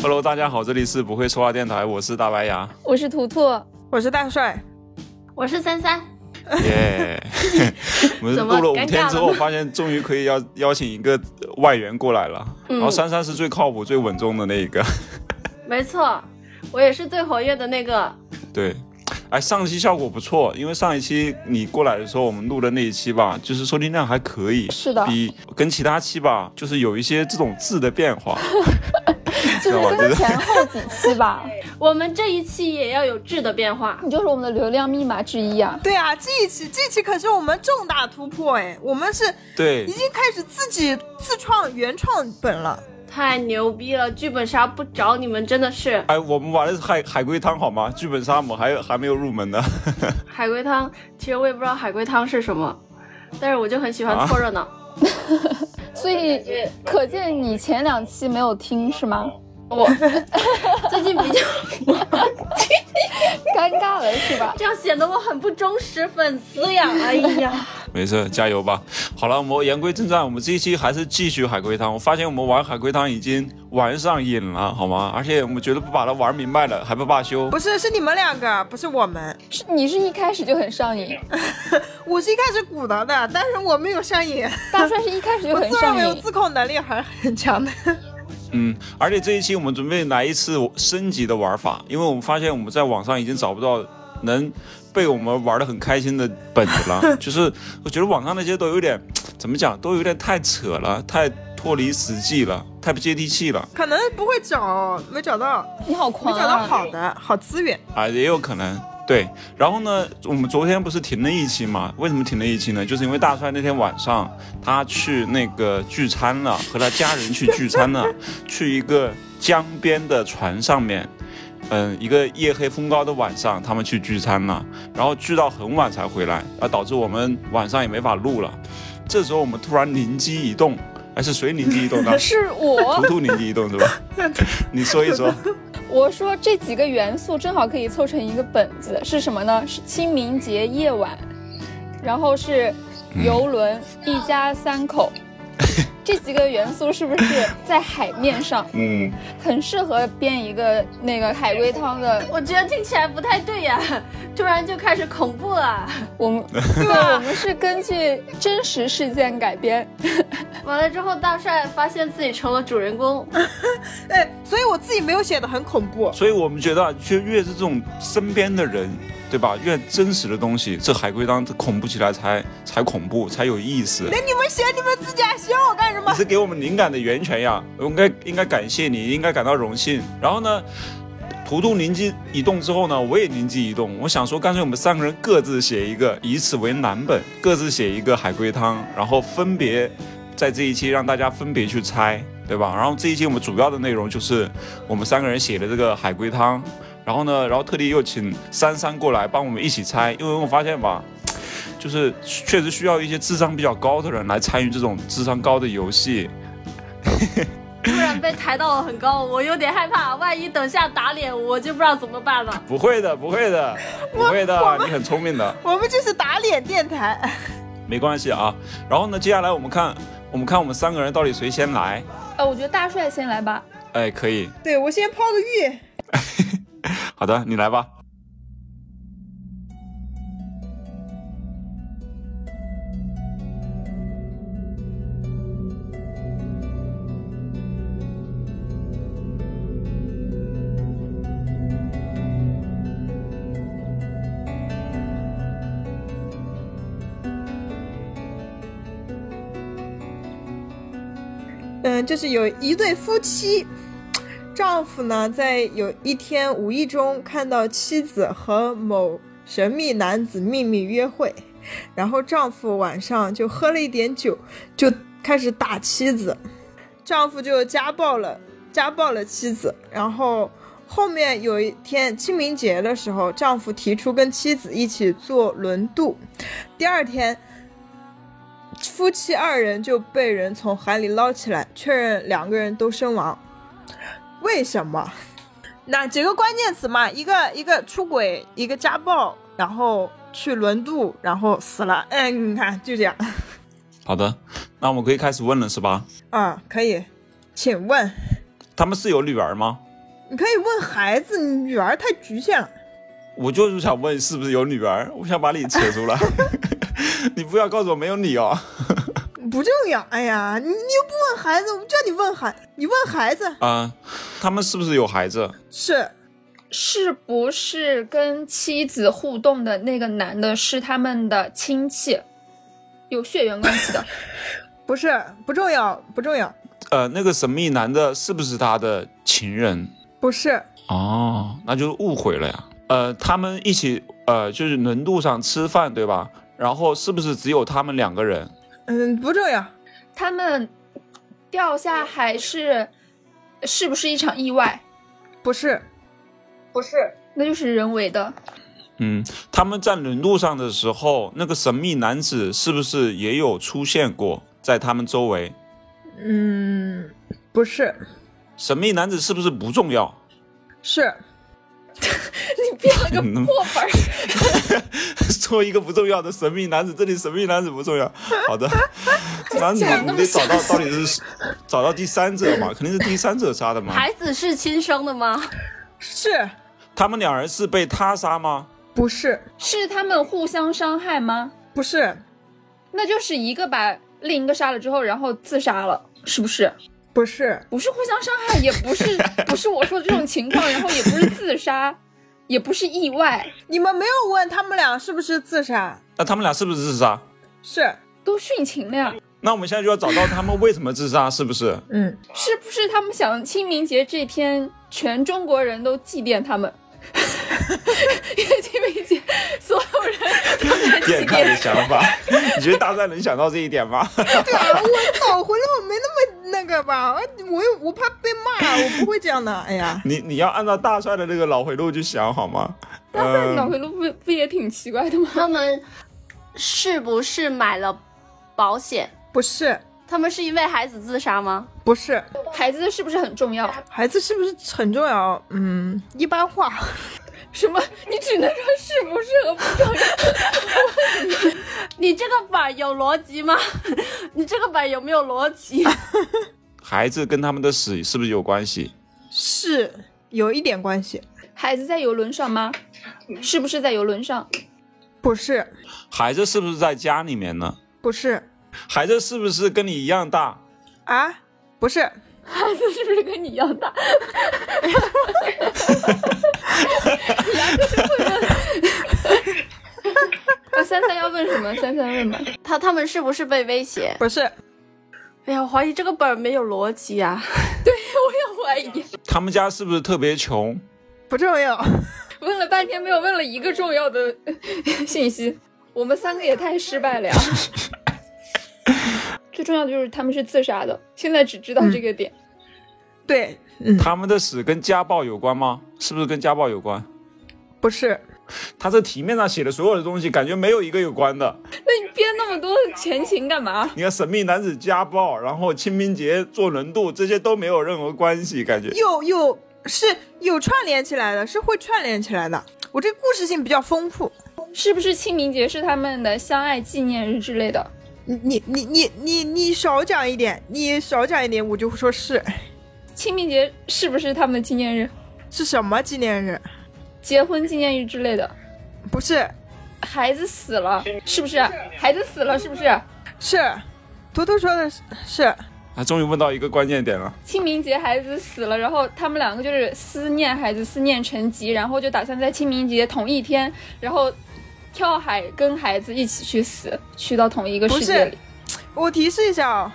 Hello，大家好，这里是不会说话电台，我是大白牙，我是图图，我是大帅，我是三三。耶、我们怎么录了五尴尬天之了后，吗发现终于可以邀邀请一个外援过来了。嗯然后珊珊是最靠谱、最稳重的那一个。 没错，我也是最活跃的那个。对，哎，上期效果不错，因为上一期你过来的时候，我们录的那一期吧，就是收听量还可以，是的比跟其他期吧，就是有一些这种字的变化。就那我是知道跟前后几期吧，我们这一期也要有质的变化。你就是我们的流量密码之一啊。对啊，这一期这一期可是我们重大突破哎，我们是对已，经开始自己自创原创本了，太牛逼了！剧本杀不找你们真的是哎，我们玩的是海海龟汤好吗？剧本杀我们还有还没有入门呢。海龟汤。其实我也不知道海龟汤是什么，但是我就很喜欢凑热闹。所以可见你前两期没有听是吗？我最近比较忙， 尴尬了是吧？这样显得我很不忠实粉丝呀！哎呀，没事，加油吧。好了，我们言归正传，我们这一期还是继续海龟汤。我发现我们玩海龟汤已经玩上瘾了，好吗？而且我们觉得不把它玩明白了还不罢休不。是是你们两个，不是我们，是你是一开始就很上瘾，我是一开始鼓捣的，但是我没有上 瘾，大帅是一开始就我很自认上为我瘾。自控能力还是很强的。嗯，而且这一期我们准备来一次升级的玩法，因为我们发现我们在网上已经找不到能被我们玩的很开心的本子了。就是我觉得网上那些都有点怎么讲，都有点太扯了，太脱离实际了，太不接地气了。可能不会找，没找到，你好没狂找到啊！？好的好资源。啊，也有可能。对，然后呢，我们昨天不是停了一期嘛？为什么停了一期呢？就是因为大帅那天晚上他去那个聚餐了，和他家人去聚餐了，去一个江边的船上面，嗯，一个夜黑风高的晚上，他们去聚餐了，然后聚到很晚才回来，啊，导致我们晚上也没法录了。这时候我们突然灵机一动，哎，是谁灵机一动的 是我图，图灵机一动是吧？你说一说。我说这几个元素正好可以凑成一个本子，是什么呢？是清明节夜晚，然后是游轮，一家三口，这几个元素是不是在海面上？嗯，很适合编一个那个海龟汤的。 我觉得听起来不太对呀，突然就开始恐怖了。我们对，啊我们是根据真实事件改编。完了之后，大帅发现自己成了主人公，哎，所以我自己没有写的很恐怖。所以我们觉得，啊，就越是这种身边的人，对吧？越真实的东西，这海龟汤这恐怖起来才才恐怖，才有意思。哎那你们写你们自己还写我干什么 你？是给我们灵感的源泉呀，我应该应该感谢你，应该感到荣幸。然后呢，图图灵机一动之后呢，我也灵机一动，我想说，干脆我们三个人各自写一个，以此为蓝本，各自写一个海龟汤，然后分别在这一期让大家分别去猜，对吧？然后这一期我们主要的内容就是我们三个人写的这个海龟汤。然后呢，然后特地又请珊珊过来帮我们一起猜，因为我发现吧，就是确实需要一些智商比较高的人来参与这种智商高的游戏，突然被抬到了很高，我有点害怕，万一等下打脸，我就不知道怎么办了。不会的，不会的，不会的，你很聪明的，我们这是打脸电台，没关系啊。然后呢，接下来我们看，我们看我们三个人到底谁先来。呃，我觉得大帅先来吧。哎，可以， 对我先抛个玉。好的，你来吧。嗯，就是有一对夫妻，丈夫呢在有一天无意中看到妻子和某神秘男子秘密约会，然后丈夫晚上就喝了一点酒，就开始打妻子，丈夫就家暴了，家暴了妻子，然后。后面有一天清明节的时候，丈夫提出跟妻子一起坐轮渡。第二天，夫妻二人就被人从海里捞起来，确认两个人都身亡。为什么？那几个关键词嘛，一个一个出轨，一个家暴，然后去轮渡，然后死了。嗯，你看就这样。好的，那我们可以开始问了，是吧？啊，可以。请问他们是有女儿吗？你可以问孩子，你女儿太局限了。我就是想问是不是有女儿，我想把你扯出来。你不要告诉我没有你哦。不重要，哎呀，你你又不问孩子，我叫你问孩，你问孩子啊、他们是不是有孩子？是是不是跟妻子互动的那个男的是他们的亲戚，有血缘关系的？不是不重要？不重要，呃，那个神秘男的是不是他的情人？不是哦，那就是误会了呀。呃，他们一起呃，就是轮渡上吃饭对吧？然后是不是只有他们两个人？嗯，不重要，他们掉下海是是不是一场意外？不是不是，那就是人为 的。嗯，他们在轮渡上的时候，那个神秘男子是不是也有出现过在他们周围？嗯，不是神秘男子是不是不重要？ 是你变了个 破本儿，做一个不重要的神秘男子，这里神秘男子不重要。好 的，那你讲得你那么得找到到底是找到第三者嘛？肯定是第三者杀的嘛？孩子是亲生的吗？是他们两人是被他杀吗？不是是他们互相伤害吗？不是那就是一个把另一个杀了之后，然后自杀了，是不是？不是不是互相伤害，也不 是不是我说的这种情况，然后也不是自杀，也不是意外，你们没有问他们俩是不是自杀？那他们俩是不是自杀？是，都殉情了呀。那我们现在就要找到他们为什么自杀，是不是？嗯，是不是他们想清明节这天，全中国人都祭奠他们？ 因为清明节所有人都在祭变态的奠，想法，你觉得大战能想到这一点吗？ 对啊，我脑回来我没那么那个吧，我我我怕被骂，啊我不会这样的。哎呀，你你要按照大帅的那个脑回路去想好吗？那不然嗯脑回路不不也挺奇怪的吗？他们是不是买了保险？不是他们是因为孩子自杀吗？不是， 孩子是不是很重要？孩子是不是很重要？嗯，一般化。什么？你只能说是不是和不重要？ 你这个本儿有逻辑吗？ 你这个本儿有没有逻辑？孩子跟他们的死是不是有关系？是有一点关系，孩子在游轮上吗？是不是在游轮上？不是，孩子是不是在家里面呢？不是孩子是不是跟你一样大？啊，不是，孩子是不是跟你一样大？啊， 三三要问什么？三三问吧。他他们是不是被威胁？不是，哎呀，我怀疑这个本儿没有逻辑啊！我也怀疑，他们家是不是特别穷？不重要， 问了半天没有问了一个重要的 信息，我们三个也太失败了呀。最重要的就是他们是自杀的，现在只知道这个点。对，嗯，他们的死跟家暴有关吗？是不是跟家暴有关？不是，他这题面上写的所有的东西，感觉没有一个有关的。那你编那么多前情干嘛？你看，神秘男子家暴，然后清明节坐轮渡，这些都没有任何关系，感觉。又又是有串联起来的，是会串联起来的。我这故事性比较丰富，是不是清明节是他们的相爱纪念日之类的？你你你你你你少讲一点，你少讲一点，我就会说是清明节是不是他们的纪念日？是什么纪念日？结婚纪念日之类的？不是，孩子死了是不是？孩子死了是不是？是，图图说的是是他啊终于问到一个关键点了。清明节孩子死了，然后他们两个就是思念孩子，思念成疾，然后就打算在清明节同一天，然后跳海跟孩子一起去死，去到同一个世界里。我提示一下哦，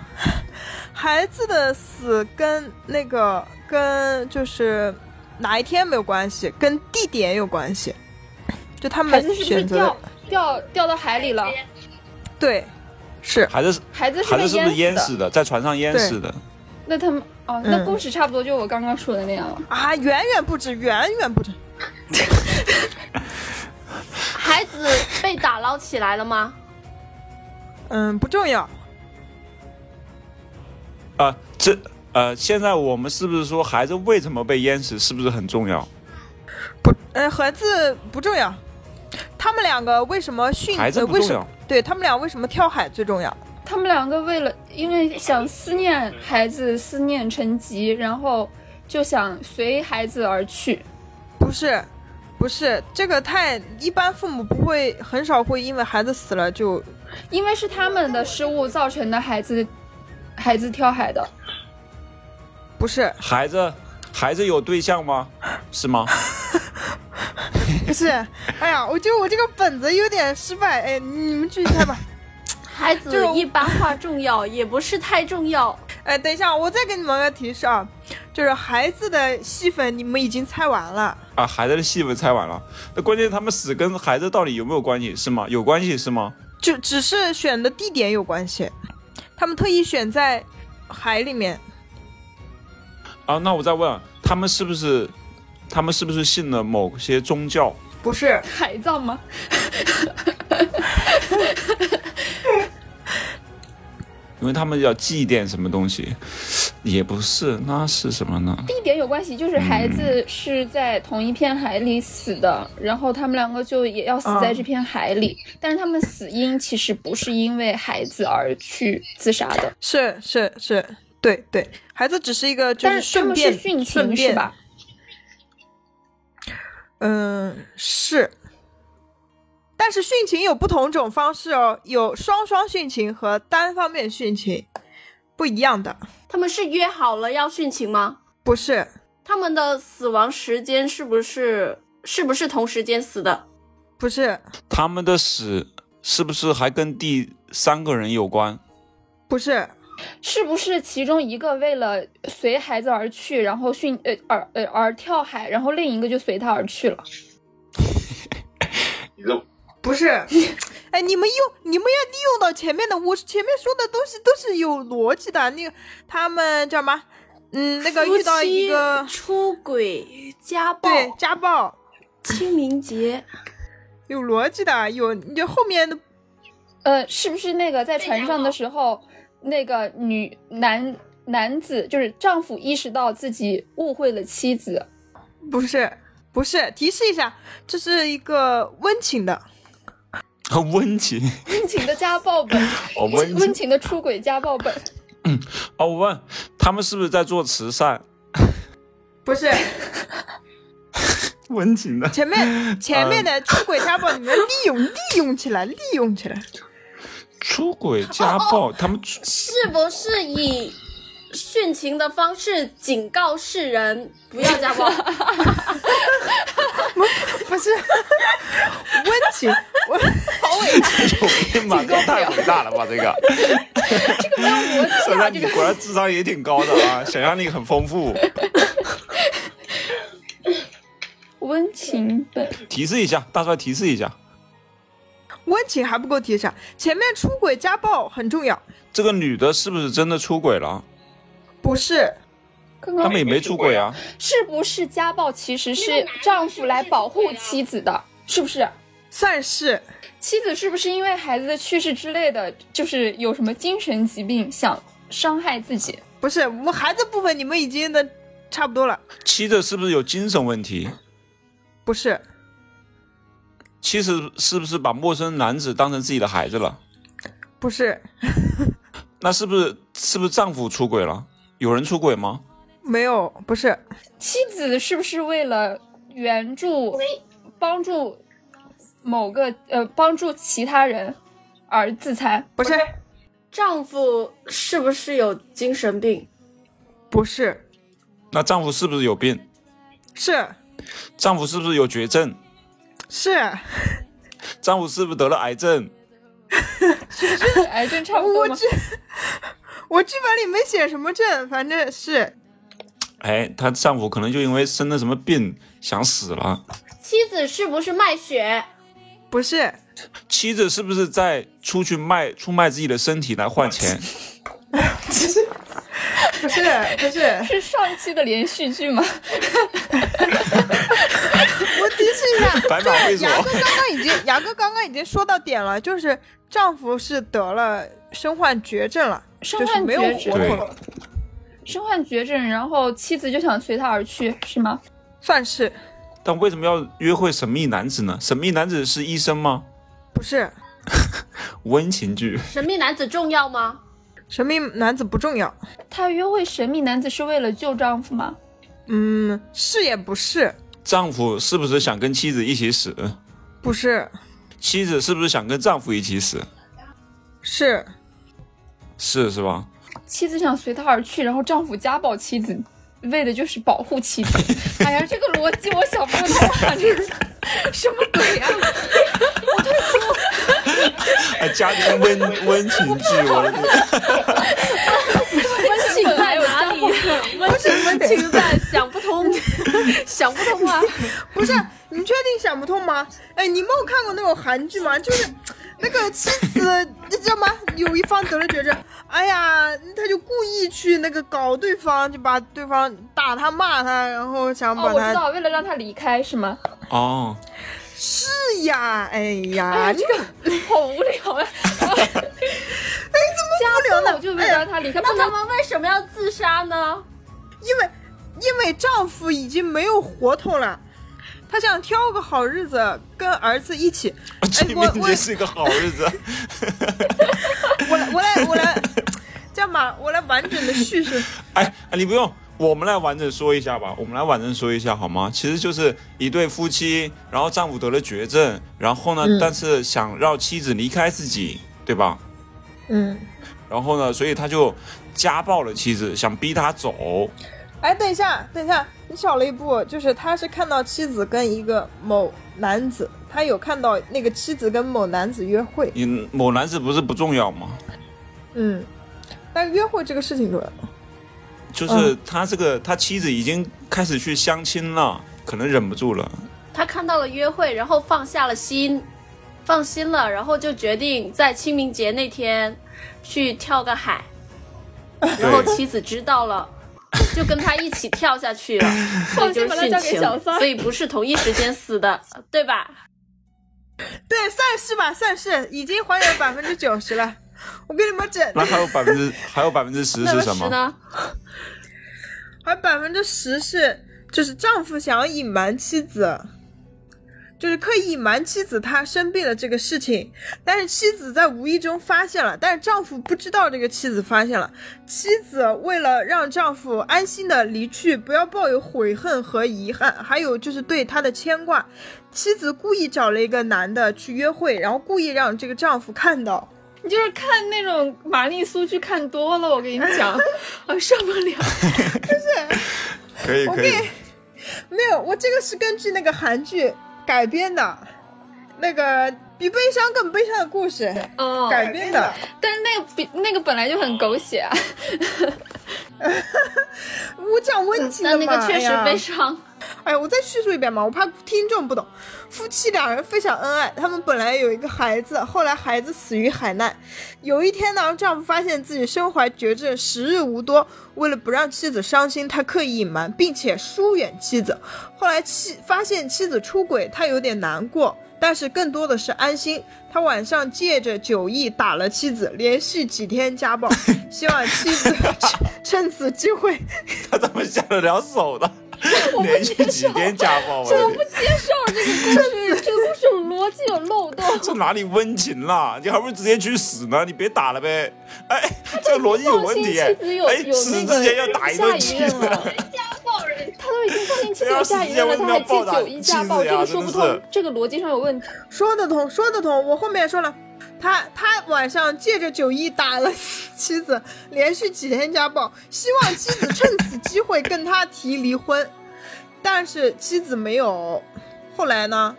孩子的死跟那个跟就是哪一天没有关系，跟地点有关系，就他孩们子是不是选择的掉掉掉到海里了？对，是孩子是，孩子是孩被子是不是淹淹死的。死的？在船上淹死的。那他们哦，那嗯故事差不多就我刚刚说的那样了。啊，远远不止，远远不止，孩子被打捞起来了吗？嗯，不重要，啊、这呃，现在我们是不是说孩子为什么被淹死，是不是很重要？不，呃，孩子不重要，他们两个为什么训？孩子呃不为重什要么？对他们俩为什么跳海最重要？他们两个为了因为想思念孩子，思念成疾，然后就想随孩子而去。不是，不是这个太一般，父母不会很少会因为孩子死了就因为是他们的失误造成的孩子孩子跳海的，不是孩子，孩子有对象吗？是吗？不是，哎呀，我觉得我这个本子有点失败，哎，你们继续 猜吧。孩子一般话重要，也不是太重要。哎，等一下，我再给你们个提示啊，就是孩子的戏份你们已经猜完了，啊，孩子的戏份猜完了，那关键他们死跟孩子到底有没有关系？是吗？有关系是吗？就只是选的地点有关系，他们特意选在海里面，啊，那我再问，他们是不是，他们是不是信了某些宗教？不是，海葬吗？因为他们要祭奠什么东西，也不是，那是什么呢？ 地点有关系，就是孩子是在同一片海里死的，然后他们两个就也要死在这片海里，但是他们死因其实不是因为孩子而去自杀的，是是是，对对，孩子只是一个就但是他顺们是便殉顺情便是吧？？嗯，是。但是殉情有不同种方式哦，有双双殉情和单方面殉情，不一样的。他们是约好了要殉情吗？不是，他们的死亡时间是不是是不是同时间死的？不是，他们的死是不是还跟第三个人有关？不是，是不是其中一个为了随孩子而去，然后殉呃而呃而跳海，然后另一个就随他而去了？不是。 哎，你们用你们要利用到前面的，我前面说的东西都是有逻辑的。那个他们叫什么？嗯，那个遇到一个夫妻出轨、家暴、对家暴，清明节，有逻辑的，有你这后面的呃，是不是那个在船上的时候，那个女男男子就是丈夫意识到自己误会了妻子，不是不是。提示一下，这是一个温情的。 温情温情的家暴本， 哦，温情温情的出轨家暴本，哦，我问他们是不是在做慈善？不是温情的前面前面的出轨家暴，你们利用利用起来，利用起来。出轨、家暴，他们出是不是以殉情的方式警告世人不要家暴？不是温情，温有病吧？这太伟大 了吧！这个，我 小讲张，你这个果然智商也挺高的啊，想象力很丰富。温情本，提示一下，大帅提示一下，温情还不够提啥？前面出轨家暴很重要，这个女的是不是真的出轨了？不是刚他刚们也没出轨啊。是不是家暴其实是丈夫来保护妻子的？是不是？算是妻子是不是因为孩子的去世之类的，就是有什么精神疾病想伤害自己？不是？我孩子部分你们已经的差不多了，妻子是不是有精神问题？不是妻子是不是把陌生男子当成自己的孩子了？不是那是不是是不是丈夫出轨了？有人出轨吗？没有不是妻子是不是为了援助、帮助某个呃帮助其他人而自残？ 不是 丈夫是不是有精神病？不是那丈夫是不是有病？是丈夫是不是有绝症？是丈夫是不是得了癌症？癌症哎差不多我吗？剧 我剧本里没写什么症，反正是哎，她丈夫可能就因为生了什么病想死了。妻子是不是卖血？不是妻子是不是在出去卖出卖自己的身体来换钱？不是不是？是上期的连续剧吗？ 我提示一下， 白马会所牙哥刚刚已经，牙哥刚刚已经说到点了，就是丈夫是得了身患绝症了，身就是患没有绝活过对症，了，身患绝症，然后妻子就想随他而去，是吗？算是但为什么要约会神秘男子呢？神秘男子是医生吗？不是？温情剧，神秘男子重要吗？神秘男子不重要，她约会神秘男子是为了救丈夫吗？嗯，是也不是，丈夫是不是想跟妻子一起死？不是，妻子是不是想跟丈夫一起死？是是是吧？妻子想随他而去，然后丈夫家暴妻子，为的就是保护妻子。哎呀，这个逻辑我想不通啊，这是 什么鬼啊？还哎加点温温情剧，我的天温情本本在有哪家 里？温情温情在想不通，想不通啊！不是？你确定想不通吗？哎，你们有看过那种韩剧吗？就是那个妻子， 你知道吗？有一方得了绝症，哎呀，他就故意去那个搞对方，就把对方打他骂他，然后想哦，把我知他、道，为了让他离开是吗？哦，是呀，哎呀，啊，这个 好无聊 啊！哎不那了我呢，就为了让他离开，不 那他能们为什么要自杀呢？因为因为丈夫已经没有活头了，她想挑个好日子跟儿子一起。哎清，我明我节是一个好日子。我来我来我 来，这样吧，我来完整的叙述。哎，你不用，我们来完整说一下吧，我们来完整说一下好吗？其实就是一对夫妻，然后丈夫得了绝症，然后嗯呢，但是想让妻子离开自己，对吧？嗯，然后呢，所以他就家暴了妻子，想逼她走。哎，等一下，等一下，你少了一步，就是他是看到妻子跟一个某男子，他有看到那个妻子跟某男子约会。你某男子不是不重要吗？嗯，但约会这个事情重要。嗯就是他这个他妻子已经开始去相亲了，可能忍不住了。他看到了约会，然后放下了心，放心了，然后就决定在清明节那天去跳个海。然后对妻子知道了，就跟他一起跳下去了，放就心是把他殉交给情小三，所以不是同一时间死的，对吧？对，算是吧，算是已经还原百分之九十了。我给你们整，那还有百分之还有百分之十那是么什十么？呢？还百分之十是就是丈夫想要隐瞒妻子，就是刻意隐瞒妻子他生病了这个事情，但是妻子在无意中发现了，但是丈夫不知道这个妻子发现了。妻子为了让丈夫安心的离去，不要抱有悔恨和遗憾，还有就是对他的牵挂，妻子故意找了一个男的去约会，然后故意让这个丈夫看到。你就是看那种玛丽苏剧看多了，我跟你讲，啊，受不了。 可以可以。没有，我这个是根据那个韩剧改编的，那个比悲伤更悲伤的故事嗯，哦改编的。但是那个比那个本来就很狗血 啊。我讲温情的但嘛，那个确实哎悲呀。伤。 哎，我再叙述一遍嘛，我怕听众不懂。夫妻两人非常恩爱，他们本来有一个孩子，后来孩子死于海难。有一天呢，丈夫发现自己身怀绝症，时日无多，为了不让妻子伤心，他刻意隐瞒，并且疏远妻子。后来妻发现妻子出轨，他有点难过，但是更多的是安心。他晚上借着酒意打了妻子，连续几天家暴，希望妻子 趁趁此机会他怎么下得了手 的？连续几天家暴，我的不天，接受这个故 事，这个故事有逻辑有漏洞。这哪里温情啦？你还不如直接去死呢？你别打了呗。哎，这逻辑有问题哎他就。哎，是放死心妻之子有有那个前要打一顿下去一。任了，他都已经放心妻子有下一任了，他还借酒一家暴，这个说不通，这个逻辑上有 问题。说得通，说得通。我后面说了，他他晚上借着酒意打了妻子， 连续几天家暴，希望妻子趁此机会跟他提离婚，但是妻子没有。后来呢，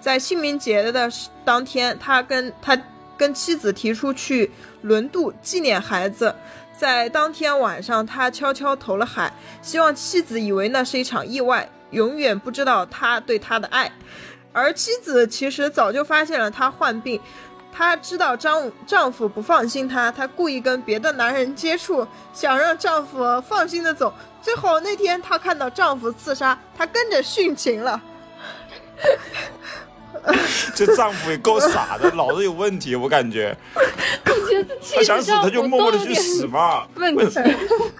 在清明节的当天，他跟他跟妻子提出去轮渡纪念孩子。在当天晚上，他悄悄投了海，希望妻子以为那是一场意外，永远不知道他对他的爱。而妻子其实早就发现了他患病，她知道丈丈夫不放心她，她故意跟别的男人接触，想让丈夫放心的走。最后那天她看到丈夫自杀，她跟着殉情了。这丈夫也够傻的，脑子有问题，我感 觉。我觉得妻他子想死上他我就都默默的有去点死嘛。问题。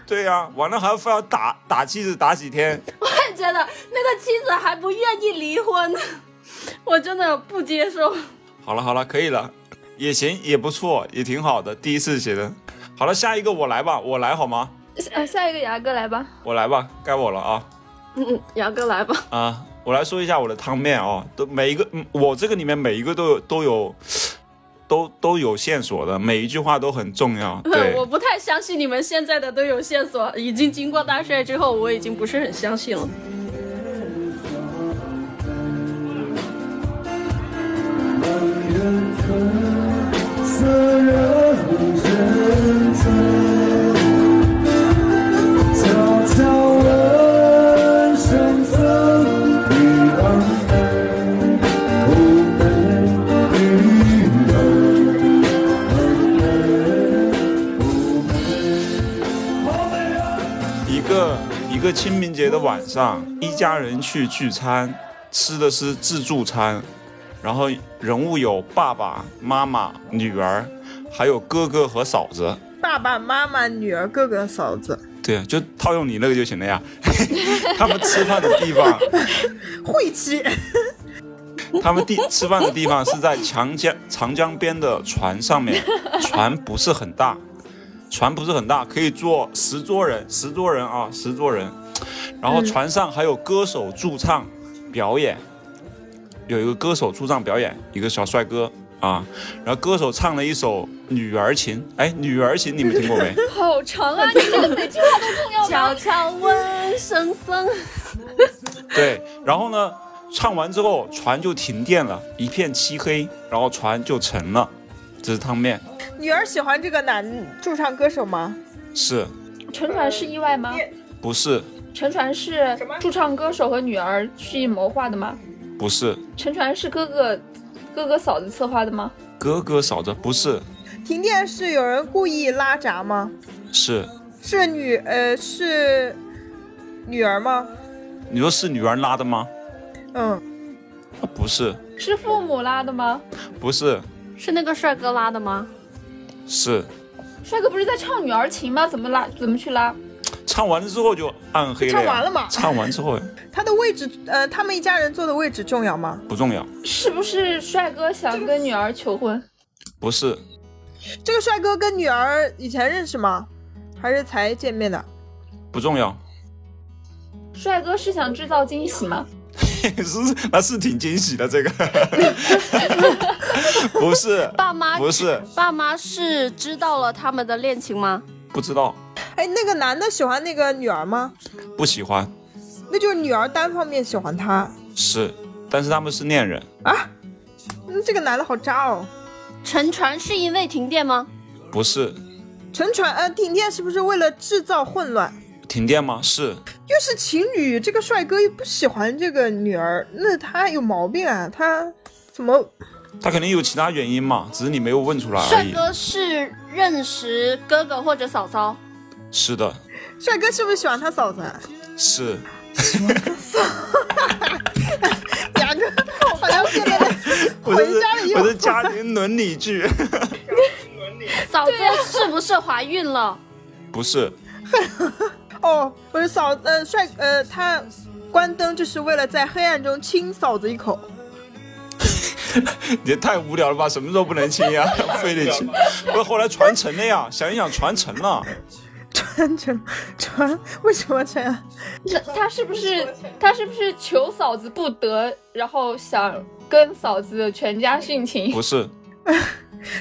对呀、完了还要非要打打妻子打几天，我也觉得那个妻子还不愿意离婚， 我真的不接受。好了好了，可以了，也行，也不错，也挺好的，第一次写的。好了，下一个我来吧，我来好吗？哎啊，下一个牙哥来吧。我来吧，该我了啊。嗯，杨哥来吧。啊，我来说一下我的汤面啊、都每一个，嗯我这个里面每一个都有都有都都有线索的，每一句话都很重 要。对我不太相信你们现在的都有线索，已经经过大帅之后，我已经不是很相信了。悄悄问声声一冷，不美一冷，一个一个清明节的晚上，一家人去聚餐，吃的是自助餐，然后人物有爸爸妈妈、女儿，还有哥哥和嫂子。 爸爸妈妈、女儿、哥哥、嫂子，对，就套用你那个就行了呀。 他们吃饭的地方，晦气。 他们地吃饭的地方是在长江 长江边的船上面，船不是很大，船不是很大，可以坐十桌人，十桌人啊，十桌人。然后船上还有歌手驻唱表演，有一个歌手驻唱表演，一个小帅哥啊，然后歌手唱了一首《女儿情》，哎，《女儿情》你们听过没？好长 啊！你这个每句话都重要吗？悄悄问声声，对，然后呢，唱完之后船就停电了，一片漆黑，然后船就沉了。这是汤面，女儿喜欢这个男驻唱歌手吗？是沉船是意外吗？不是？沉船是驻唱歌手和女儿去谋划的吗？不是，沉船是哥哥、哥哥嫂子策划的吗？哥哥嫂子不是，停电是有人故意拉闸吗？是是女呃是女儿吗？你说是女儿拉的吗？嗯，啊不是，是父母拉的吗？不是，是那个帅哥拉的吗？是帅哥不是在唱女儿情吗？怎么拉？怎么去拉？唱完了之后就暗黑了呀。唱完了嘛唱完之后 他的位置呃他们一家人坐的位置重要吗？不重要，是不是帅哥想跟女儿求婚？不是这个帅哥跟女儿以前认识吗？还是才见面的？不重要， 帅哥是想制造惊喜吗？是那是挺惊喜的这个， 不是爸妈不是爸妈是知道了他们的恋情吗？不知道哎，那个男的喜欢那个女儿吗？不喜欢那就是女儿单方面喜欢他。是，但是他们是恋人，嗯，这个男的好渣哦。沉船是因为停电吗？不是沉船呃停电是不是为了制造混乱？停电吗？是又是情侣，这个帅哥又不喜欢这个女儿，那他有毛病啊？他怎么？他肯定有其他原因嘛，只是你没有问出来而帅已。哥是认识哥哥或者嫂嫂，是的，帅哥是不是喜欢他嫂子啊？ 是牙哥好像变得我这回家了以是后我是家庭伦理剧，嫂子是不是怀孕了？ 不是哦，不是嫂呃帅呃他关灯就是为了在黑暗中亲嫂子一 口。你这太无聊了吧？什么时候不能亲呀？ 非得亲？不是后来传承了呀？想一想，传承了，船沉船为什么这样？是他是不是他是不是求嫂子不得，然后想跟嫂子全家殉情？不是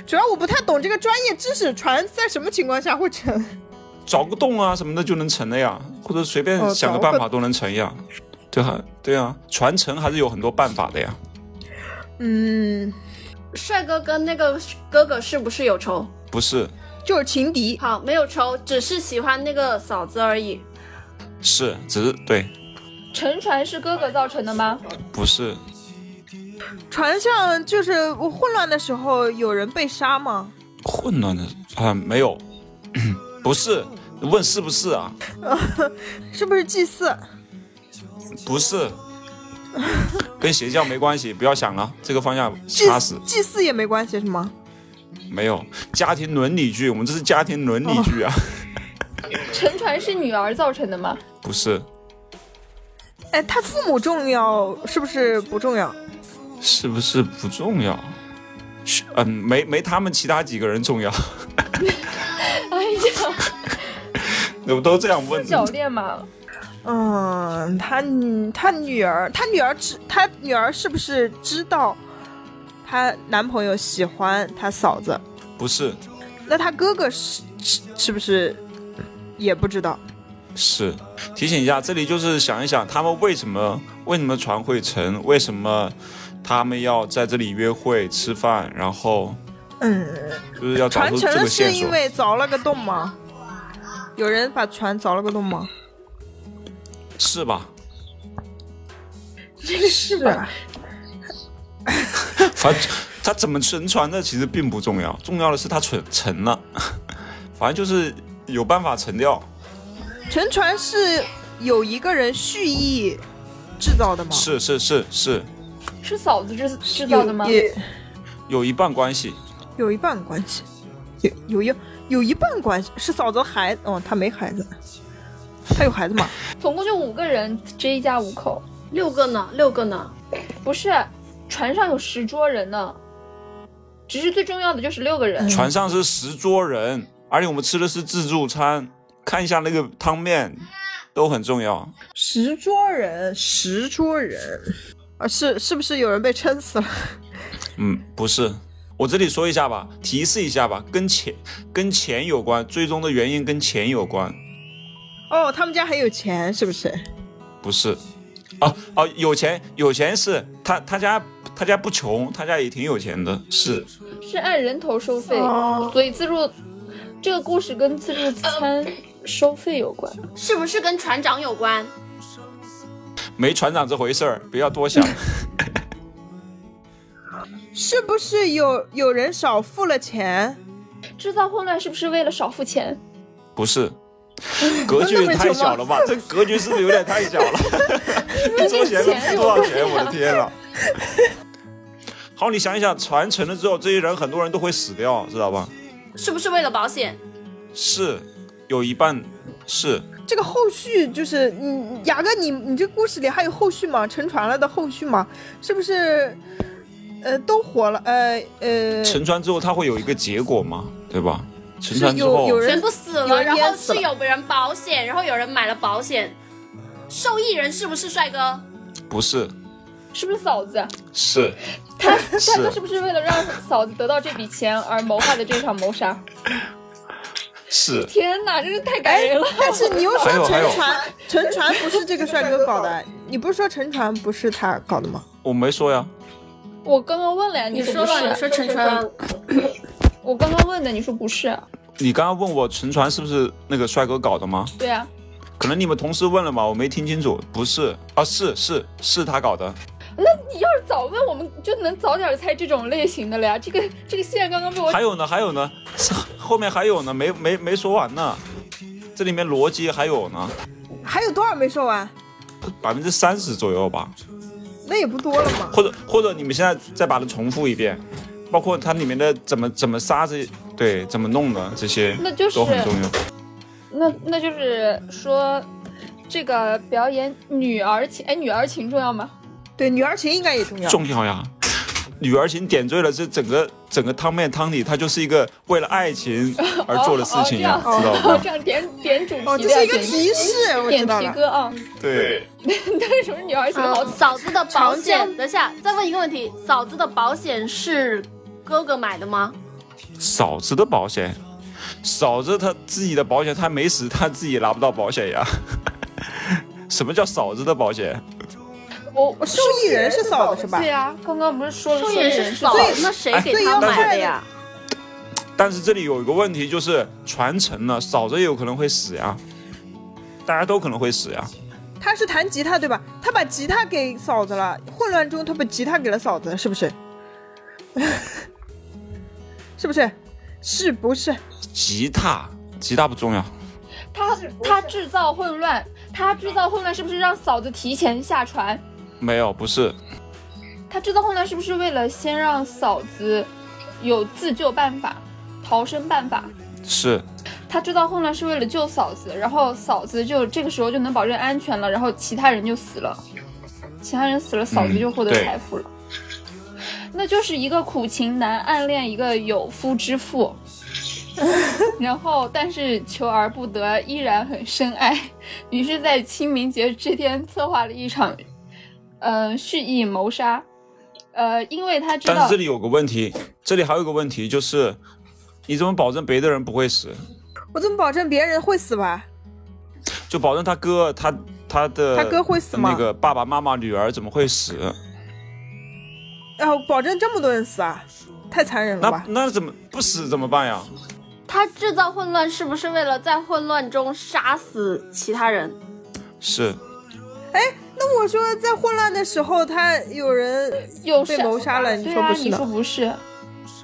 主要我不太懂这个专业知识，船在什么情况下会沉？找个洞啊什么的就能成了呀，或者随便哦想个找个办法都能成呀。对啊，对啊，传承还是有很多办法的呀。嗯，帅哥跟那个哥哥是不是有仇？不是，就是情敌。好，没有仇，只是喜欢那个嫂子而已。是，只是对，沉船是哥哥造成的吗？不是，船上就是混乱的时候有人被杀吗？混乱的啊、没有， 不是，问是不是啊？是不是祭祀？不是，跟邪教没关系，不要想了，这个方向祭掐死。祭祀也没关系是吗？没有家庭伦理剧，我们这是家庭伦理剧啊，哦沉船是女儿造成的吗？ 不是，哎，他父母重要是不是不重要？是不是不重要？是嗯，没没他们其他几个人重要， 哎呀，我都这样问四。角恋嘛，嗯，他女他女儿，他女儿知他女儿是不是知道她男朋友喜欢她嫂子？不是，那他哥哥是是是不是也不知道？是，提醒一下，这里就是想一想他们为什么为什么船会沉，为什么他们要在这里约会吃饭，然后嗯，就是要找船出沉这了个是线索因。为凿了个洞吗？有人把船凿了个洞吗？是吧？是啊，反正他怎么沉船的其实并不重要，重要的是他沉沉了， 反正就是有办法沉掉。沉船是有一个人蓄意制造的吗？是是是是，是嫂子制制造的吗？也有一半关系。有一半关系，有有一有一半关系是嫂子孩哦，他没孩子，他有孩子吗？总共就五个人，这一家五口，六个呢，六个呢，不是船上有十桌人呢，只是最重要的就是六个人。船上是十桌人，而且我们吃的是自助餐，看一下那个汤面都很重要。十桌人，十桌人，啊，是是不是有人被撑死了？嗯，不是，我这里说一下吧，提示一下吧，跟钱跟钱有关，最终的原因跟钱有关，哦，他们家很有钱，是不是？不是。哦、哦，有钱有钱是他他家他家不穷，他家也挺有钱的，是是按人头收费，哦所以自助这个故事跟自助餐收费有关。是不是跟船长有关？没船长这回事儿，不要多想。是不是有有人少付了钱？制造混乱是不是为了少付钱？不是，格局太小了吧？这格局是不是有点太小了？一 周钱能付多少钱？我的天啊！好，你想一想，传承了之后，这些人很多人都会死掉，知道吧？是不是为了保险？是，有一半是这个后续就是，嗯，雅哥你，你这故事里还有后续吗？沉船了的后续吗？是不是？呃，都活了，呃呃，沉船之后，它会有一个结果嘛，对吧？沉是船之有后有，人全部死有了，人然淹后死是了有人保险，然后有人买了保险，受益人是不是帅哥？不是，是不是嫂子？是他他是他是不是为了让嫂子得到这笔钱而谋划的这场谋杀？是天哪，真是太感人了！但是你又还有说还有沉船，沉船不是这个帅哥搞的，你不是说沉船不是他搞的吗？我没说呀，我刚刚问了呀，你说不是？说陈川，我刚刚问的，你说不是？啊你刚刚问我沉船是不是那个帅哥搞的吗？对啊，可能你们同事问了吧，我没听清楚，不是啊，是是是他搞的，你要是早问，我们就能早点猜这种类型的了呀。这个这个线刚刚被我还有呢，还有呢， 是后面还有呢，没没没说完呢，这里面逻辑还有呢，还有多少没说完？百分之三十左右吧，那也不多了嘛。或者或者你们现在再把它重复一遍，包括它里面的怎么怎么杀这，对，怎么弄的这些，那就是都很重要。那那就是说，这个表演女儿情，哎，女儿情重要吗？对，女儿情应该也重要。重要呀。女儿情点缀了这整个整个汤面汤底，它就是一个为了爱情而做的事情呀，哦知哦道这样哦吗？这样点点主题的啊哦，这是一个点提示，我知点道题了。歌啊，对， 但是什么女儿情好嗯，嫂子的保长险。等一下，再问一个问题，嫂子的保险是哥哥买的吗？嫂子的保险，嫂子她自己的保险，她没死，她自己拿不到保险呀。 什么叫嫂子的保险？我受益人是嫂子是吧对？呀，刚刚不是说了受益人人是嫂子子所以，那谁哎给所以他要买看的呀？但是这里有一个问题，就是传承了，嫂子也有可能会死呀，大家都可能会死呀。他是弹吉他对吧？他把吉他给嫂子了，混乱中他把吉他给了嫂子，是不是？ 是不是？是不是？吉他，吉他不重要，他他制造混乱，他制造混乱是不是让嫂子提前下船？没有，不是，他制造混乱是不是为了先让嫂子有自救办法、逃生办法？是他制造混乱是为了救嫂子，然后嫂子就这个时候就能保证安全了，然后其他人就死了，其他人死了，嫂子就获得嗯对财富了。 那就是一个苦情男暗恋一个有夫之妇，然后但是求而不得，依然很深爱。于是，在清明节这天策划了一场，呃，蓄意谋杀。呃，因为他知但道是这，里有个问题，这里还有一个问题就是，你怎么保证别的人不会死？我怎么保证别人会死吧？就保证他哥他他的他哥会死吗那个爸爸妈妈女儿怎么会死？然后哦保证这么多人死啊，太残忍了那吧？那怎么不死怎么办呀？他制造混乱是不是为了在混乱中杀死其他人？是那我说在混乱的时候，他有人又被是谋杀了，你对说啊，不是你说呢？不是？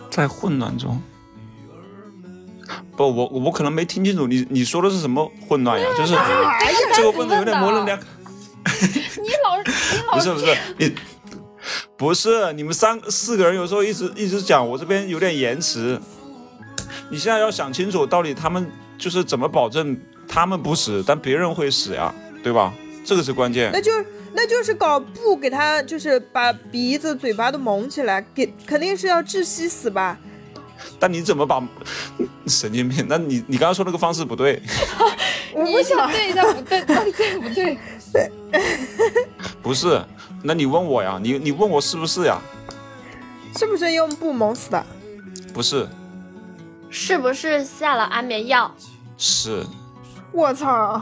在混乱中。不，我我可能没听清楚你你说的是什么混乱呀？就是哎呀，这个问的有点模棱两可。你老你老 不是不是你，不是你们三四个人有时候一直一直讲，我这边有点延迟。你现在要想清楚，到底他们就是怎么保证他们不死，但别人会死呀，对吧？这个是关键那。就那就是搞布给他，就是把鼻子、嘴巴都蒙起来，给肯定是要窒息死吧？但你怎么把 神经病？那你你刚刚说那个方式不对，我你不一下想，对一下不对，到底对不对？不是？那你问我呀，你你问我是不是呀？是不是用布蒙死的？不是，是不是下了安眠药？是我操！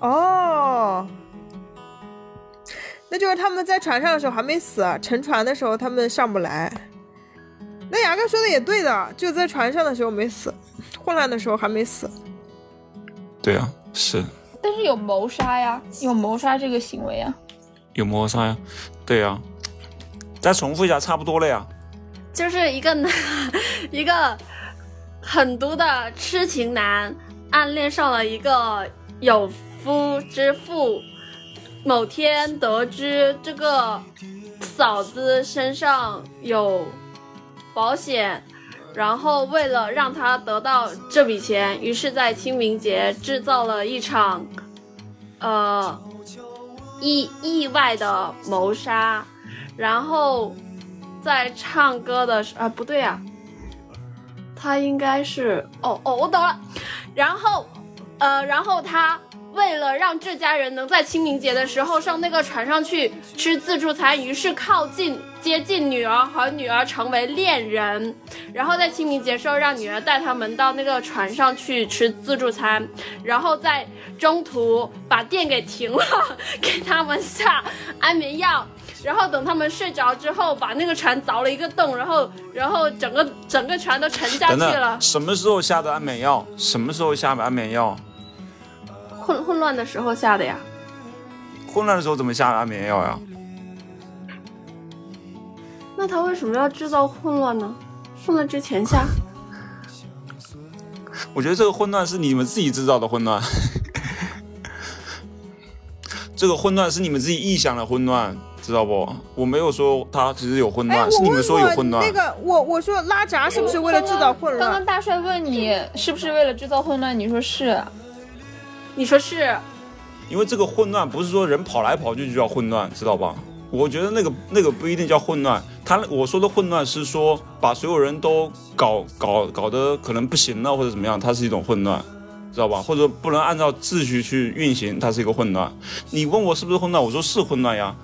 哦，那就是他们在船上的时候还没死，啊沉船的时候他们上不来。那牙哥说的也对的，就在船上的时候没死，混乱的时候还没死。对呀、是但是有谋杀呀，有谋杀这个行为啊呀。有摩擦呀，对呀、再重复一下，差不多了呀。就是一个男， 一个狠毒的痴情男，暗恋上了一个有夫之妇。某天得知这个嫂子身上有保险，然后为了让他得到这笔钱，于是，在清明节制造了一场，呃，意意外的谋杀。然后在唱歌的时啊，不对啊，他应该是哦哦，我懂了。然后呃，然后他为了让这家人能在清明节的时候上那个船上去吃自助餐，于是靠近接近女儿和女儿成为恋人，然后在清明节时候让女儿带他们到那个船上去吃自助餐，然后在中途把电给停了，给他们下安眠药。然后等他们睡着之后，把那个船凿了一个洞，然后，然后整个整个船都沉下去等了等，。什么时候下的安眠药？什么时候下的安眠药？混混乱的时候下的呀。混乱的时候怎么下的安眠药呀？那他为什么要制造混乱呢？混乱之前下，我觉得这个混乱是你们自己制造的混乱， 这个混乱是你们自己臆想的混乱，知道不？我没有说他其实有混哎，乱，我是你们问说过有混乱。那个，我我说拉闸是不是为了制造混刚乱刚？大帅问你是不是为了制造混乱，你说是。你说是？因为这个混乱不是说人跑来跑去就叫混乱，知道吧？我觉得那个那个不一定叫混乱，他我说的混乱是说把所有人都搞搞搞得可能不行啊了或者怎么样，它是一种混乱，知道吧？或者不能按照秩序去运行，它是一个混乱。你问我是不是混乱，我说是混乱呀，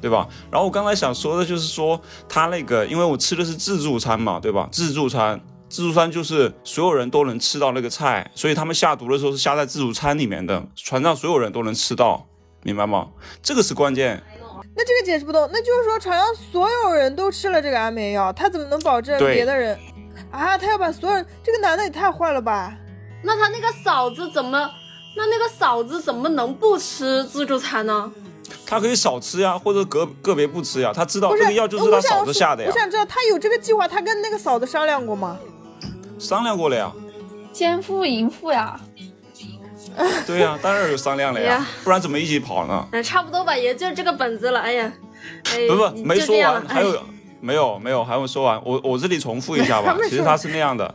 对吧？然后我刚才想说的就是说他那个，因为我吃的是自助餐嘛，对吧？自助餐。自助餐就是所有人都能吃到那个菜，所以他们下毒的时候是下在自助餐里面的，船上所有人都能吃到，明白吗？这个是关键。那这个解释不通，那就是说船上所有人都吃了这个安眠药，他怎么能保证对别的人？啊，他要把所有人，这个男的也太坏了吧！那他那个嫂子怎么？那那个嫂子怎么能不吃自助餐呢？他可以少吃呀，或者个个别不吃呀，他知道不啊这是，呃个药就是他我想嫂子下的呀我，想知道他有这个计划，他跟那个嫂子商量过吗？商量过了呀，哎奸夫淫妇呀，对呀，当然有商量了哎呀呀，不然怎么一起跑呢？哎，差不多吧，也就这个本子了。哎呀，哎，不不，你没就这说样完，了。还哎有没有没有还没说完，我我这里重复一 下吧还没。其实说他是那样的，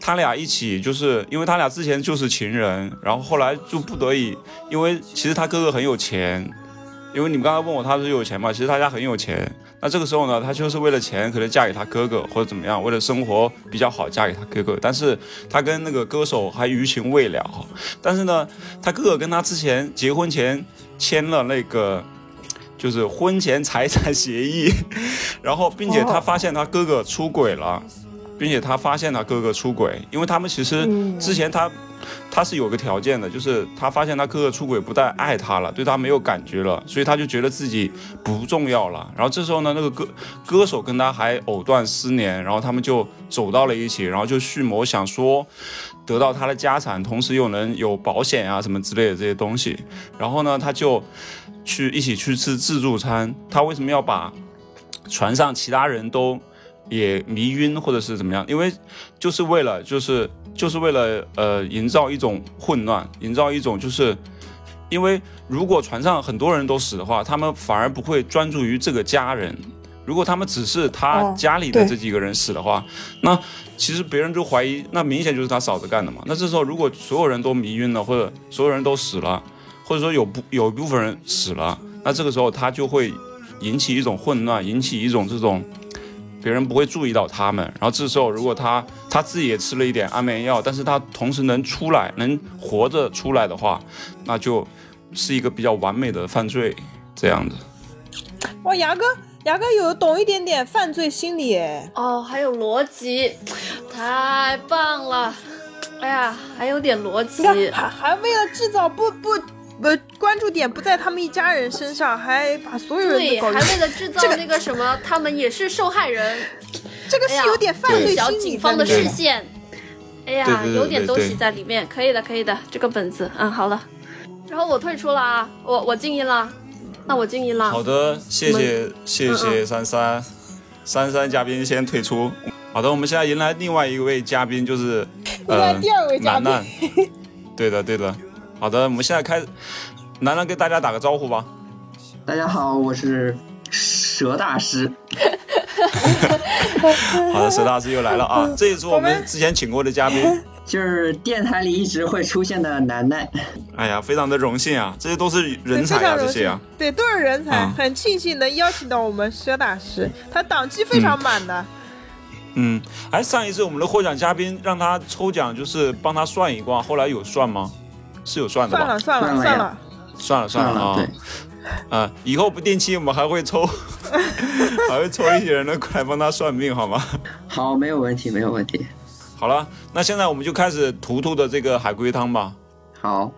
他俩一起就是因为他俩之前就是情人，然后后来就不得已，因为其实他哥哥很有钱，因为你们刚才问我他是有钱嘛，其实他家很有钱，那这个时候呢，她就是为了钱，可能嫁给她哥哥或者怎么样，为了生活比较好，嫁给她哥哥。但是她跟那个歌手还余情未了，但是呢，她哥哥跟她之前结婚前签了那个就是婚前财产协议， 然后并且她发现她哥哥出轨了。并且她发现她哥哥出轨，因为他们其实之前她她是有个条件的，就是她发现她哥哥出轨，不但爱她了，对她没有感觉了，所以她就觉得自己不重要了。然后这时候呢，那个歌歌手跟她还藕断丝连，然后他们就走到了一起，然后就蓄谋想说得到她的家产，同时又能有保险啊什么之类的这些东西。然后呢，她就去一起去吃自助餐。她为什么要把船上其他人都也迷晕或者是怎么样，因为就是为了就是就是为了呃营造一种混乱，营造一种就是，因为如果船上很多人都死的话，他们反而不会专注于这个家人。如果他们只是他哦家里的对这几个人死的话，那其实别人就怀疑，那明显就是他嫂子干的嘛。那这时候如果所有人都迷晕了，或者所有人都死了，或者说有部有一部分人死了，那这个时候他就会引起一种混乱，引起一种这种别人不会注意到他们。然后这时候，如果他他自己也吃了一点安眠药，但是他同时能出来，能活着出来的话，那就是一个比较完美的犯罪这样子。哇，牙哥，牙哥有懂一点点犯罪心理哎。哦，还有逻辑，太棒了！哎呀，还有点逻你看，辑，还还为了制造不不不关注点不在他们一家人身上，还把所有人对，都还搞为进去，了制造这个那个什么，他们也是受害人，这个哎呀是有点犯罪小心理警方的里面视线。哎呀，对对对有点对东对西在里面，可以的，可以的，这个本子，嗯，好了。然后我退出了啊，我我静音了，那我静音了。好的，谢谢谢嗯谢珊珊，珊珊嘉宾先退出。好的，我们现在迎来另外一位嘉宾，就是呃 迎来第二位嘉楠宾楠。对的对的，好的，我们现在开，楠楠跟大家打个招呼 吧。大家好，我是蛇大师。好的，佘大师又来了 啊！这也是我们之前请过的嘉宾，就是电台里一直会出现的楠楠， 哎呀，非常的荣幸啊！这些都是人才啊，对非常这荣幸些啊，对，都是人才，嗯很庆幸能邀请到我们佘大师，他档期非常满的。嗯，哎，上一次我们的获奖嘉宾让他抽奖，就是帮他算一卦，后来有算吗？是有算的算吧了？算了算算了呀了，算了算算了了，啊 对，，啊，以后不定期我们还会抽， 还会抽一些人的过来帮他算命，好吗？好，没有问题，没有问题。好了，那现在我们就开始图图的这个海龟汤吧。好，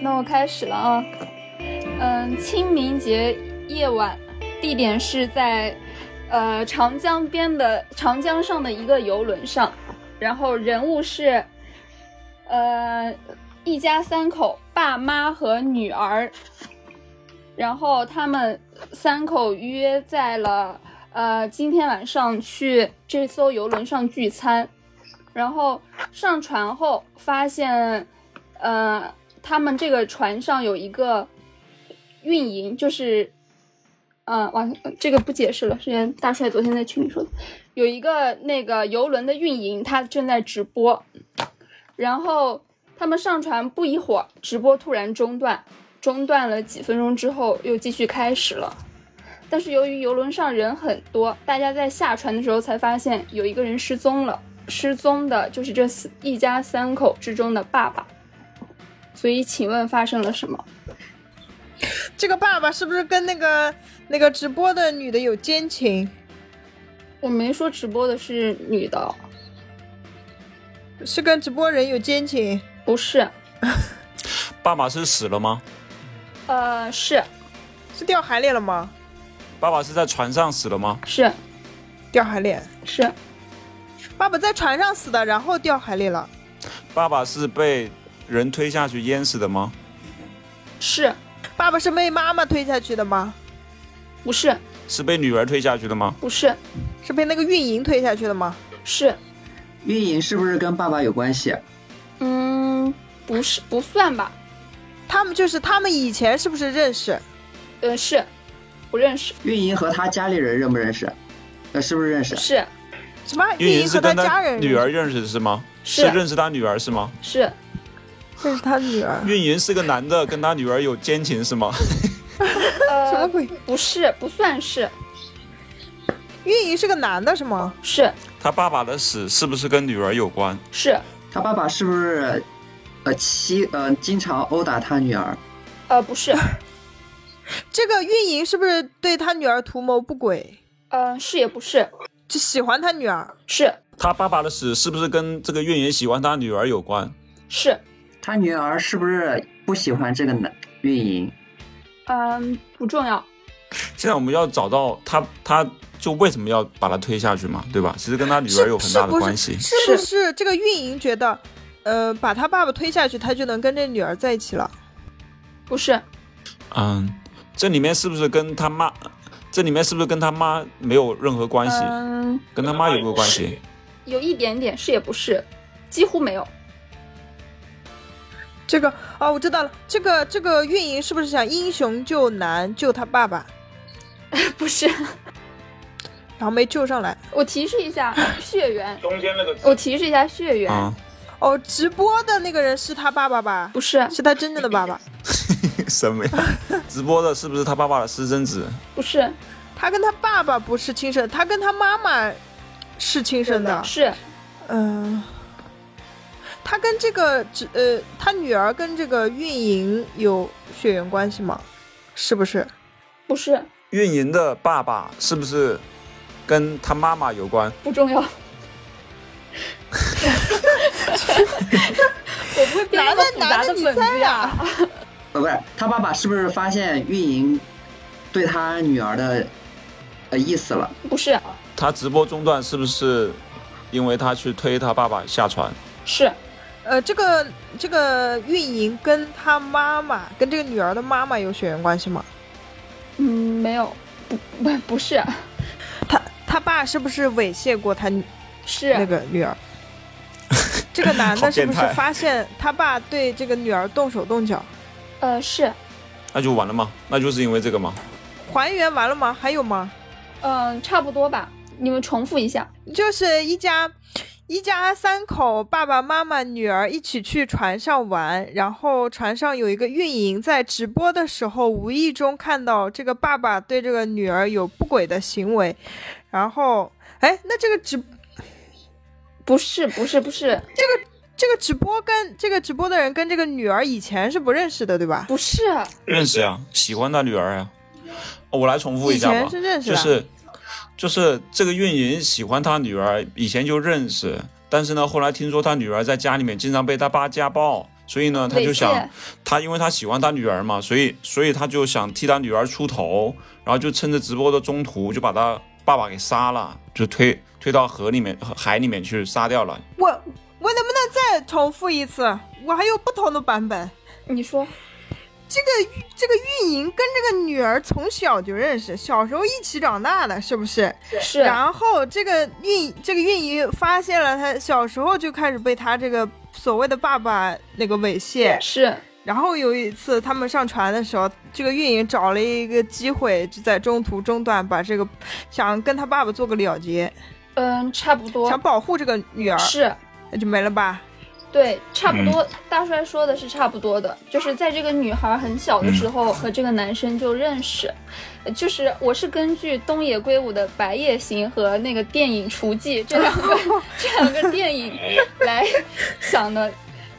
那我开始了啊。嗯，清明节夜晚，地点是在呃长江边的长江上的一个游轮上，然后人物是呃一家三口，爸妈和女儿，然后他们三口约在了呃今天晚上去这艘游轮上聚餐，然后上船后发现，呃，他们这个船上有一个运营，就是，嗯，完这个不解释了，之前大帅昨天在群里说的，有一个那个游轮的运营，他正在直播，然后他们上船不一会儿，直播突然中断，中断了几分钟之后又继续开始了。但是由于游轮上人很多，大家在下船的时候才发现有一个人失踪了。失踪的就是这四一家三口之中的爸爸。所以，请问发生了什么？这个爸爸是不是跟那个那个直播的女的有奸情？我没说直播的是女的，哦是跟直播人有奸情？不是，爸爸是死了吗？呃，是是掉海里了吗？爸爸是在船上死了吗？是掉海里，是爸爸在船上死的，然后掉海里了。爸爸是被人推下去淹死的吗？是，爸爸是被妈妈推下去的吗？不是是被女儿推下去的吗？不是，是被那个运营推下去的吗？是，运营是不是跟爸爸有关系？啊嗯，不是，不算吧？他们就是他们以前是不是认识？呃，是，不认识，运营和他家里人认不认识？呃，是不是认识？是什么运运营营是和跟家他人啊女儿认识的是吗？是认识他女儿是吗？是，认识他女儿？运营是个男的，跟他女儿有奸情是吗？ 什么呃，鬼？不是，不算是，运营是个男的是吗？是他爸爸的死是不是跟女儿有关？是，他爸爸是不是呃欺呃经常殴打他女儿？呃，不 是，这个运营是不是对他女儿图谋不轨？呃，是也不是，就喜欢他女儿？是他爸爸的死是不是跟这个运营喜欢他女儿有关？是，他女儿是不是不喜欢这个男运营？嗯，不重要，现在我们要找到他，他就为什么要把他推下去嘛，对吧？其实跟他女是儿有很大的关系。是不是？是不是这个运营觉得，呃，把他爸爸推下去，他就能跟这女儿在一起了？不是，嗯，这里面是不是跟他妈？这里面是不是跟他妈没有任何关系？嗯，跟他妈有没有关系？有一点点，是也不是，几乎没有， 这个哦，我知道了，这个这个运营是不是想英雄救难救他爸爸，不是。然后没救上来？我提示一下，血缘，中间那个我提示一下血缘，啊，哦，直播的那个人是他爸爸吧？不是，是他真正的爸爸，什么呀？ 直播的是不是他爸爸的私生子？不是，他跟他爸爸不是亲生，他跟他妈妈是亲生的。是嗯、他跟这个直呃，他女儿跟这个运营有血缘关系吗？是不是？不是运营的爸爸是不是跟他妈妈有关？不重要？我不会编男一的男的，个复杂你本猜子呀、呀。呃，不是，他爸爸是不是发现运营对他女儿的呃意思了？不是，他直播中断是不是因为他去推他爸爸下船？是呃，这个这个运营跟他妈妈跟这个女儿的妈妈有血缘关系吗？嗯，没有，不不不是，他他爸是不是猥亵过他女是、那个女儿？这个男的是不 是好变态发现他爸对这个女儿动手动脚？呃是，那就完了吗？那就是因为这个吗？还原完了吗？还有吗？嗯、差不多吧。你们重复一下，就是一家一家三口，爸爸妈妈、女儿一起去船上玩，然后船上有一个运营在直播的时候，无意中看到这个爸爸对这个女儿有不轨的行为，然后哎，那这个直不是不是不是这个直播跟这个直播的人跟这个女儿以前是不认识的，对吧？不是，认识呀、喜欢他女儿呀、哦我来重复一以下吧前，是认识就的，是就是这个运营喜欢他女儿，以前就认识，但是呢，后来听说他女儿在家里面经常被他爸家暴，所以呢，他就猥亵想他因为他喜欢他女儿嘛，所以所以他就想替他女儿出头，然后就趁着直播的中途就把他爸爸给杀了，就推推到河里面海里面去杀掉了。我我能不能再重复一次？我还有不同的版本。你说这个这个运营跟这个女儿从小就认识，小时候一起长大的，是不是？是然后这个运这个运营发现了他小时候就开始被他这个所谓的爸爸那个猥亵，是然后有一次他们上船的时候，这个运营找了一个机会，就在中途中断，把这个想跟他爸爸做个了结，嗯、差不多想保护这个女儿，是。那就没了吧？对，差不多。大帅说的是差不多的，就是在这个女孩很小的时候和这个男生就认识，呃就是我是根据东野圭吾的《白夜行》和那个电影《厨妓》这两个这两个电影来想的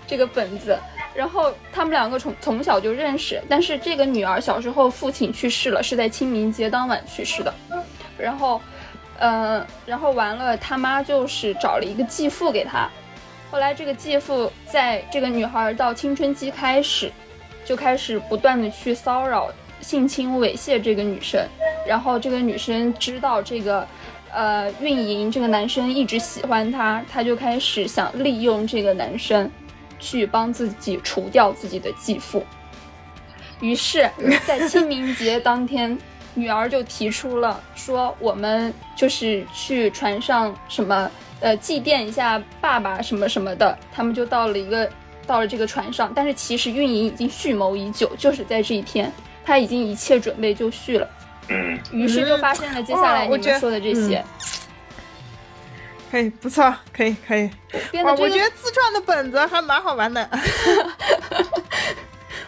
这个本子。然后他们两个从从小就认识，但是这个女儿小时候父亲去世了，是在清明节当晚去世的。然后，嗯、然后完了，他妈就是找了一个继父给她，后来这个继父在这个女孩到青春期开始，就开始不断的去骚扰、性侵、猥亵这个女生，然后这个女生知道这个。呃，运营这个男生一直喜欢她，她就开始想利用这个男生，去帮自己除掉自己的继父。于是，在清明节当天， 女儿就提出了说，我们就是去船上什么呃祭奠一下爸爸什么什么的，他们就到了一个到了这个船上，但是其实运营已经蓄谋已久，就是在这一天，他已经一切准备就绪了，嗯，于是就发生了接下嗯来哇你我觉们得说的这些，可以，不错，可以，可以。编嗯哇，的这我个觉得自创的本子还蛮好玩的。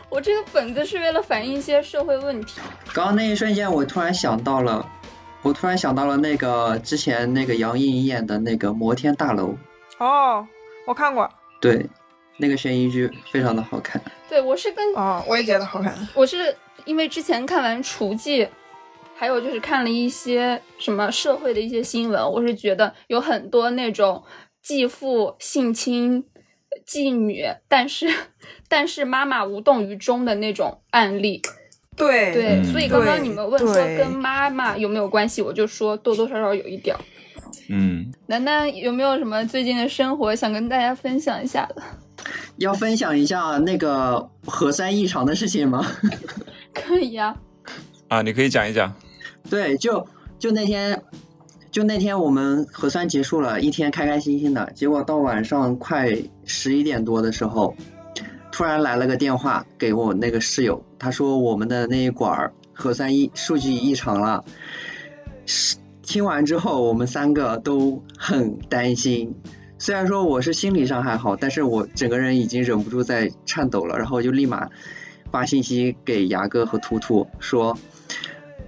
我这个本子是为了反映一些社会问题，刚刚那一瞬间，我突然想到了，我突然想到了那个之前那个杨颖演的那个《摩天大楼》，哦，我看过。对，那个悬疑剧非常的好看。对我是跟哦，我也觉得好看。我是因为之前看完《厨妓》，还有就是看了一些什么社会的一些新闻，我是觉得有很多那种继父性侵妓女，但是但是妈妈无动于衷的那种案例。对对，嗯所以刚刚你们问说对跟妈妈有没有关系，我就说多多少少有一点儿。嗯，楠楠有没有什么最近的生活想跟大家分享一下的？要分享一下那个核酸异常的事情吗？可以呀、啊，你可以讲一讲，对，就就那天，就那天我们核酸结束了，一天开开心心的，结果到晚上快十一点多的时候，突然来了个电话给我那个室友，他说我们的那一管儿核酸异数据异常了。是听完之后，我们三个都很担心。虽然说我是心理上还好，但是我整个人已经忍不住在颤抖了，然后就立马发信息给牙哥和图图说：“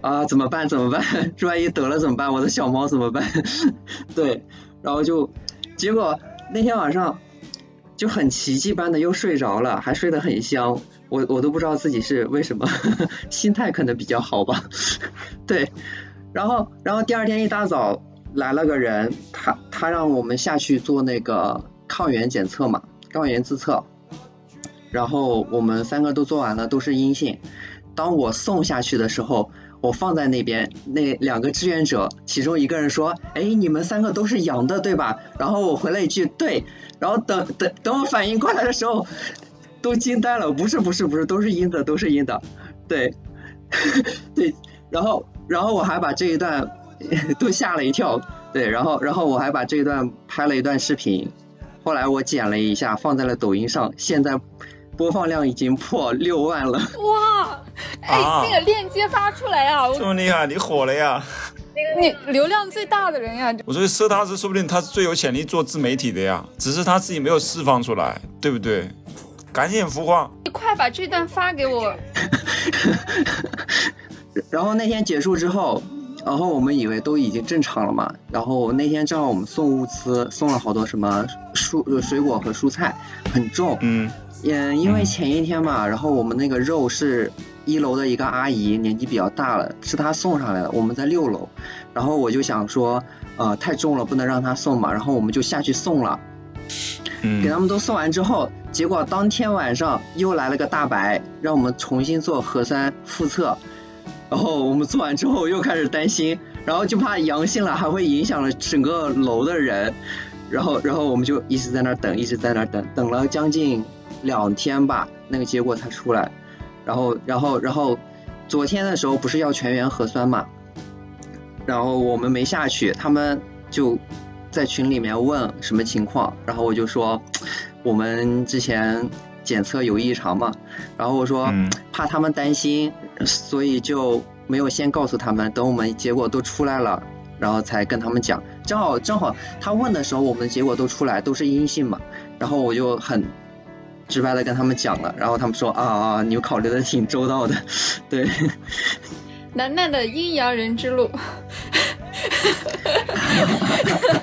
啊，怎么办？ 怎么办？万一得了怎么办？我的小猫怎么办？ 对，然后就，结果那天晚上就很奇迹般的又睡着了，还睡得很香。我我都不知道自己是为什么， 心态可能比较好吧。 对，然后然后第二天一大早来了个人，他他让我们下去做那个抗原检测嘛，抗原自测。然后我们三个都做完了，都是阴性。当我送下去的时候，我放在那边，那两个志愿者，其中一个人说：“哎，你们三个都是阳的，对吧？”然后我回了一句：“对。”然后等等等我反应过来的时候，都惊呆了，不是不是不是，都是阴的，都是阴的，对， 对。然后然后我还把这一段 都吓了一跳，对，然后然后我还把这一段拍了一段视频，后来我剪了一下，放在了抖音上，现在播放量已经破六万了。哇，哎，啊那个链接发出来啊！我这么厉害，你火了呀！你流量最大的人呀、我说佘大师，说不定他是最有潜力做自媒体的呀，只是他自己没有释放出来，对不对？赶紧孵化，你快把这段发给我。然后那天结束之后，然后我们以为都已经正常了嘛，然后那天正好我们送物资，送了好多什么蔬呃水果和蔬菜，很重。嗯嗯，因为前一天嘛，然后我们那个肉是一楼的一个阿姨，年纪比较大了，是她送上来的，我们在六楼，然后我就想说，呃，太重了，不能让她送嘛，然后我们就下去送了。给啊嗯，他们都送完之后，结果当天晚上又来了个大白，让我们重新做核酸复测。然后我们做完之后又开始担心，然后就怕阳性了还会影响了整个楼的人，然后然后我们就一直在那儿等，一直在那儿等，等了将近两天吧，那个结果才出来。然后然后然后昨天的时候不是要全员核酸嘛，然后我们没下去，他们就在群里面问什么情况，然后我就说我们之前检测有异常嘛，然后我说、嗯怕他们担心，所以就没有先告诉他们，等我们结果都出来了，然后才跟他们讲。正好正好他问的时候，我们的结果都出来，都是阴性嘛，然后我就很。直白的跟他们讲了，然后他们说啊啊，你们考虑的挺周到的， 对，楠楠的阴阳人之路，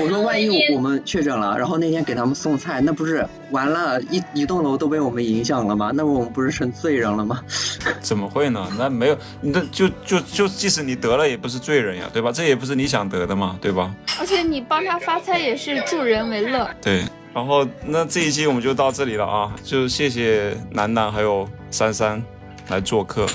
我说万一我们确诊了，然后那天给他们送菜，那不是完了一一栋楼都被我们影响了吗？那我们不是成罪人了吗？怎么会呢？那没有，那就就就，即使你得了，也不是罪人呀，对吧？这也不是你想得的嘛，对吧？而且你帮他发财也是助人为乐。对。然后那这一期我们就到这里了啊，就谢谢楠楠还有珊珊来做客，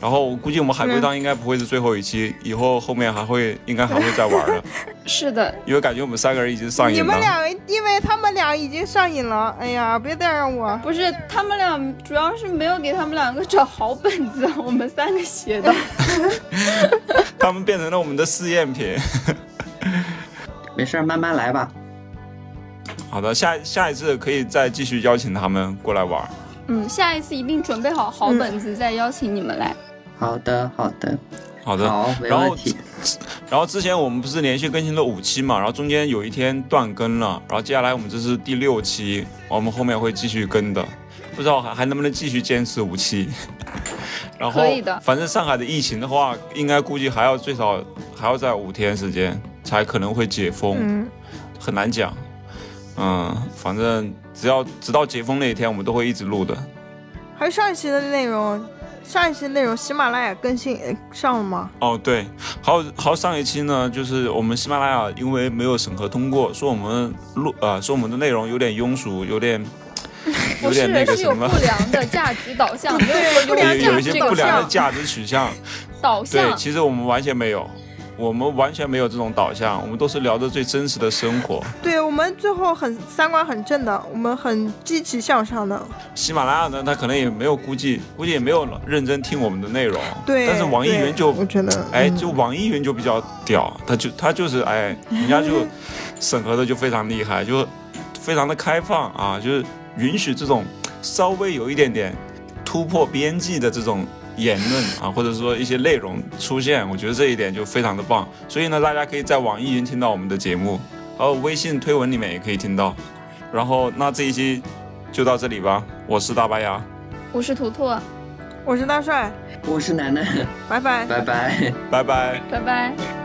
然后我估计我们海龟汤嗯应该不会是最后一期，以后后面还会应该还会再玩 的，是的，因为感觉我们三个人已经上你瘾们了。俩，因为他们俩已经上瘾了。哎呀，别再让我。不是他们俩，主要是没有给他们两个找好本子， 我们三个学 的。他们变成了我们的试验品。 没事儿，慢慢来吧。好的，下下一次可以再继续邀请他们过来玩。嗯，下一次一定准备好嗯好本子，再邀请你们来。好的，好的，好的，好，没然后问题。然后之前我们不是连续更新了五期嘛，然后中间有一天断更了，然后接下来我们这是第六期，我们后面会继续更的，不知道还还能不能继续坚持五期。 然后可以的反正上海的疫情的话，应该估计还要最少还要在五天时间才可能会解封，嗯，很难讲。嗯，反正只要直到解封那一天，我们都会一直录的。还有上一期的内容，上一期内容喜马拉雅更新呃上了吗？哦，对，还有还有上一期呢，就是我们喜马拉雅因为没有审核通过，说我们录呃说我们的内容有点庸俗，有 点有不是点那，个是什有不么，良的价值 导向，没有说不良有有一价值些这不个良的向价值取 向。导对，向。其实我们完全没有，我们完全没有这种导向，我们都是聊的最真实的生活。对我们最后很三观很正的，我们很积极向上的。喜马拉雅呢，他可能也没有估计，估计也没有认真听我们的内容。对，但是网易对云就我觉得，哎，嗯就网易云就比较屌，他就他就是哎，人家就审核的就非常厉害，就非常的开放啊，就是允许这种稍微有一点点突破边际的这种言论啊，或者说一些内容出现，我觉得这一点就非常的棒。所以呢，大家可以在网易云听到我们的节目，还有微信推文里面也可以听到。然后那这一期就到这里吧，我是大白牙，我是图图，我是大帅，我是楠楠，拜拜。拜拜。拜拜。拜拜。